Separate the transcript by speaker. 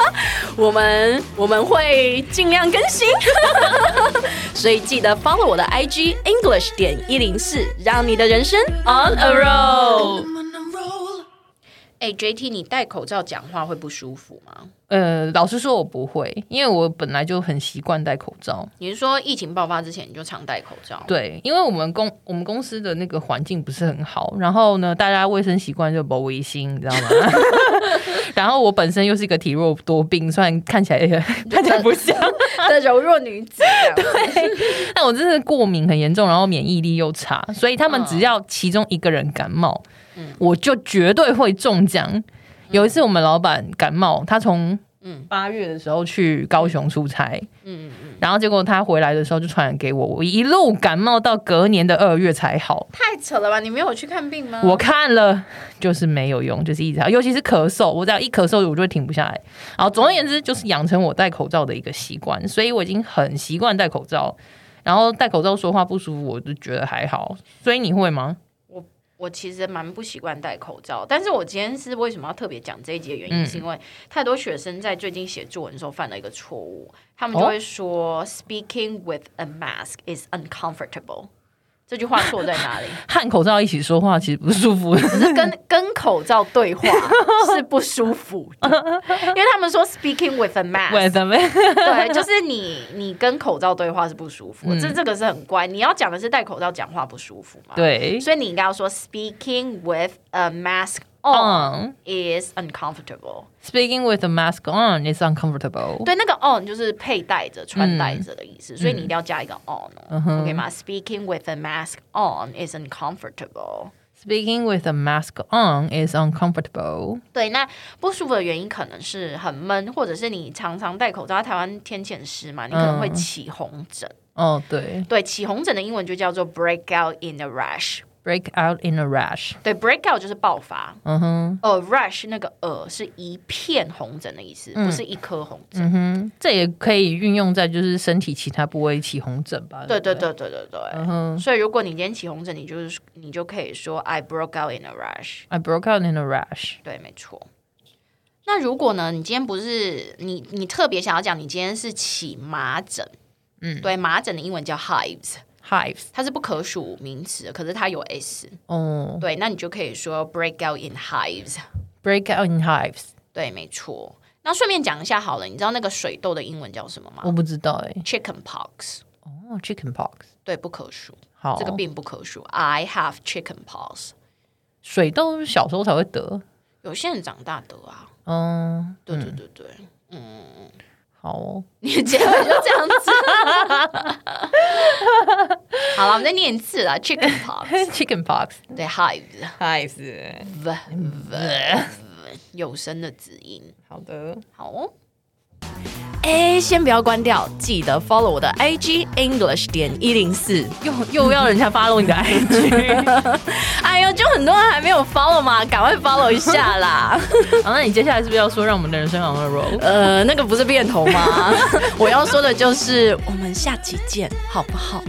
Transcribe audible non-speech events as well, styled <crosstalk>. Speaker 1: <laughs> 我们我们会尽量更新， <laughs> 所以记得 follow 我的 IG English 点一零四，让你的人生 on a <laughs> roll。哎、j t 你戴口罩讲话会不舒服吗？
Speaker 2: 呃，老实说，我不会，因为我本来就很习惯戴口罩。
Speaker 1: 你是说疫情爆发之前你就常戴口罩？
Speaker 2: 对，因为我们公我们公司的那个环境不是很好，然后呢，大家卫生习惯就不卫星，你知道 <laughs> 吗？然后我本身又是一个体弱多病，虽然看起来也看起来不像，
Speaker 1: 的柔弱女子这样，
Speaker 2: <laughs> 但我真的过敏很严重，然后免疫力又差，所以他们
Speaker 1: 嗯
Speaker 2: 只要其中一个人感冒，我就绝对会中奖。有一次我们老板感冒，他从
Speaker 1: 嗯
Speaker 2: 八月的时候去高雄出差，
Speaker 1: 嗯嗯，
Speaker 2: 然后结果他回来的时候就传染给我，我一路感冒到隔年的二月才好。
Speaker 1: 太扯了吧？你没有去看病吗？
Speaker 2: 我看了就是没有用，就是一直好，尤其是咳嗽，我只要一咳嗽我就会停不下来。然后总而言之，就是养成我戴口罩的一个习惯，所以我已经很习惯戴口罩。然后戴口罩说话不舒服，我就觉得还好。所以你会吗？
Speaker 1: 我其实蛮不习惯戴口罩，但是我今天是为什么要特别讲这一集的原因，
Speaker 2: 嗯
Speaker 1: 是因为太多学生在最近写作文的时候犯了一个错误，他
Speaker 2: 哦
Speaker 1: 们就会说、“Speaking with a mask is uncomfortable”。这句话错在哪里？ <laughs>
Speaker 2: 和口罩一起说话其实不舒服。 <laughs>
Speaker 1: 只是跟跟口罩对话是不舒服
Speaker 2: <laughs>
Speaker 1: 的，因为他们说 “Speaking with a mask”，
Speaker 2: 为什么？ <laughs>
Speaker 1: 对，就是你你跟口罩对话是不舒服的，
Speaker 2: 嗯
Speaker 1: 这这个是很怪。你要讲的是戴口罩讲话不舒服嘛？。
Speaker 2: 对，
Speaker 1: 所以你应该要说 speaking with a mask on、
Speaker 2: 嗯
Speaker 1: is uncomfortable。
Speaker 2: ，Speaking with a mask on is uncomfortable。
Speaker 1: 对，那个 on 就是佩戴着、
Speaker 2: 嗯
Speaker 1: 穿戴着的意思，所以你一定要加一个 on，、哦 OK 吗？Speaking with a mask on is uncomfortable。
Speaker 2: Speaking with a mask on is uncomfortable。
Speaker 1: 对，那不舒服的原因可能是很闷，或者是你常常戴口罩。台湾天气很湿嘛，你可能
Speaker 2: 嗯
Speaker 1: 会起红疹。
Speaker 2: 哦，对
Speaker 1: 对，起红疹的英文就叫做 break out in a rash。
Speaker 2: ，break out in a rash。
Speaker 1: 对，break out 就是爆发，
Speaker 2: 嗯哼，
Speaker 1: 呃，rash 那个呃是一片红疹的意思，不是一颗红疹。
Speaker 2: 嗯哼，这也可以运用在就是身体其他部位起红疹吧？
Speaker 1: 对
Speaker 2: 对
Speaker 1: 对
Speaker 2: 不，
Speaker 1: 对对对对。
Speaker 2: 嗯哼
Speaker 1: 所以如果你今天起红疹，你就是你就可以说 I broke out in a rash。
Speaker 2: ，I broke out in a rash。
Speaker 1: 对，没错。那如果呢？你今天不是你，你特别想要讲，你今天是起麻疹，嗯，对，麻疹的英文叫 hives，
Speaker 2: Hives，
Speaker 1: 它是不可数名词，可是它有 s，
Speaker 2: 哦、
Speaker 1: 对，那你就可以说 break out in hives，
Speaker 2: b r e a k out in hives，
Speaker 1: 对，没错。那顺便讲一下好了，你知道那个水痘的英文叫什么吗
Speaker 2: 我不知道哎、
Speaker 1: ？Chicken pox，
Speaker 2: 哦、c h i c k e n pox，
Speaker 1: 对，不可数，
Speaker 2: 好，
Speaker 1: 这个病不可数。I have chicken pox，
Speaker 2: 水痘是小时候才会得，
Speaker 1: 有些人长大得啊，
Speaker 2: 嗯，
Speaker 1: 对对对对，
Speaker 2: 好哦， <laughs>
Speaker 1: 你的结尾就这样子。好了，我们再念一次啦，chicken pox，
Speaker 2: <laughs> ，chicken pox
Speaker 1: 对 hives，
Speaker 2: hives，
Speaker 1: v v 有声的子音。
Speaker 2: 好的，
Speaker 1: 好哦。哎，先不要关掉，记得 follow 我的 IG English 点一零四。
Speaker 2: 又又要人家 follow 你的 IG，
Speaker 1: <laughs> 哎呦，就很多人还没有 follow 嘛，赶快 follow 一下啦。
Speaker 2: 好，那你接下来是不是要说让我们的人生 on a roll？
Speaker 1: 呃，那个不是变头吗？ <laughs> 我要说的就是，我们下期见，好不好？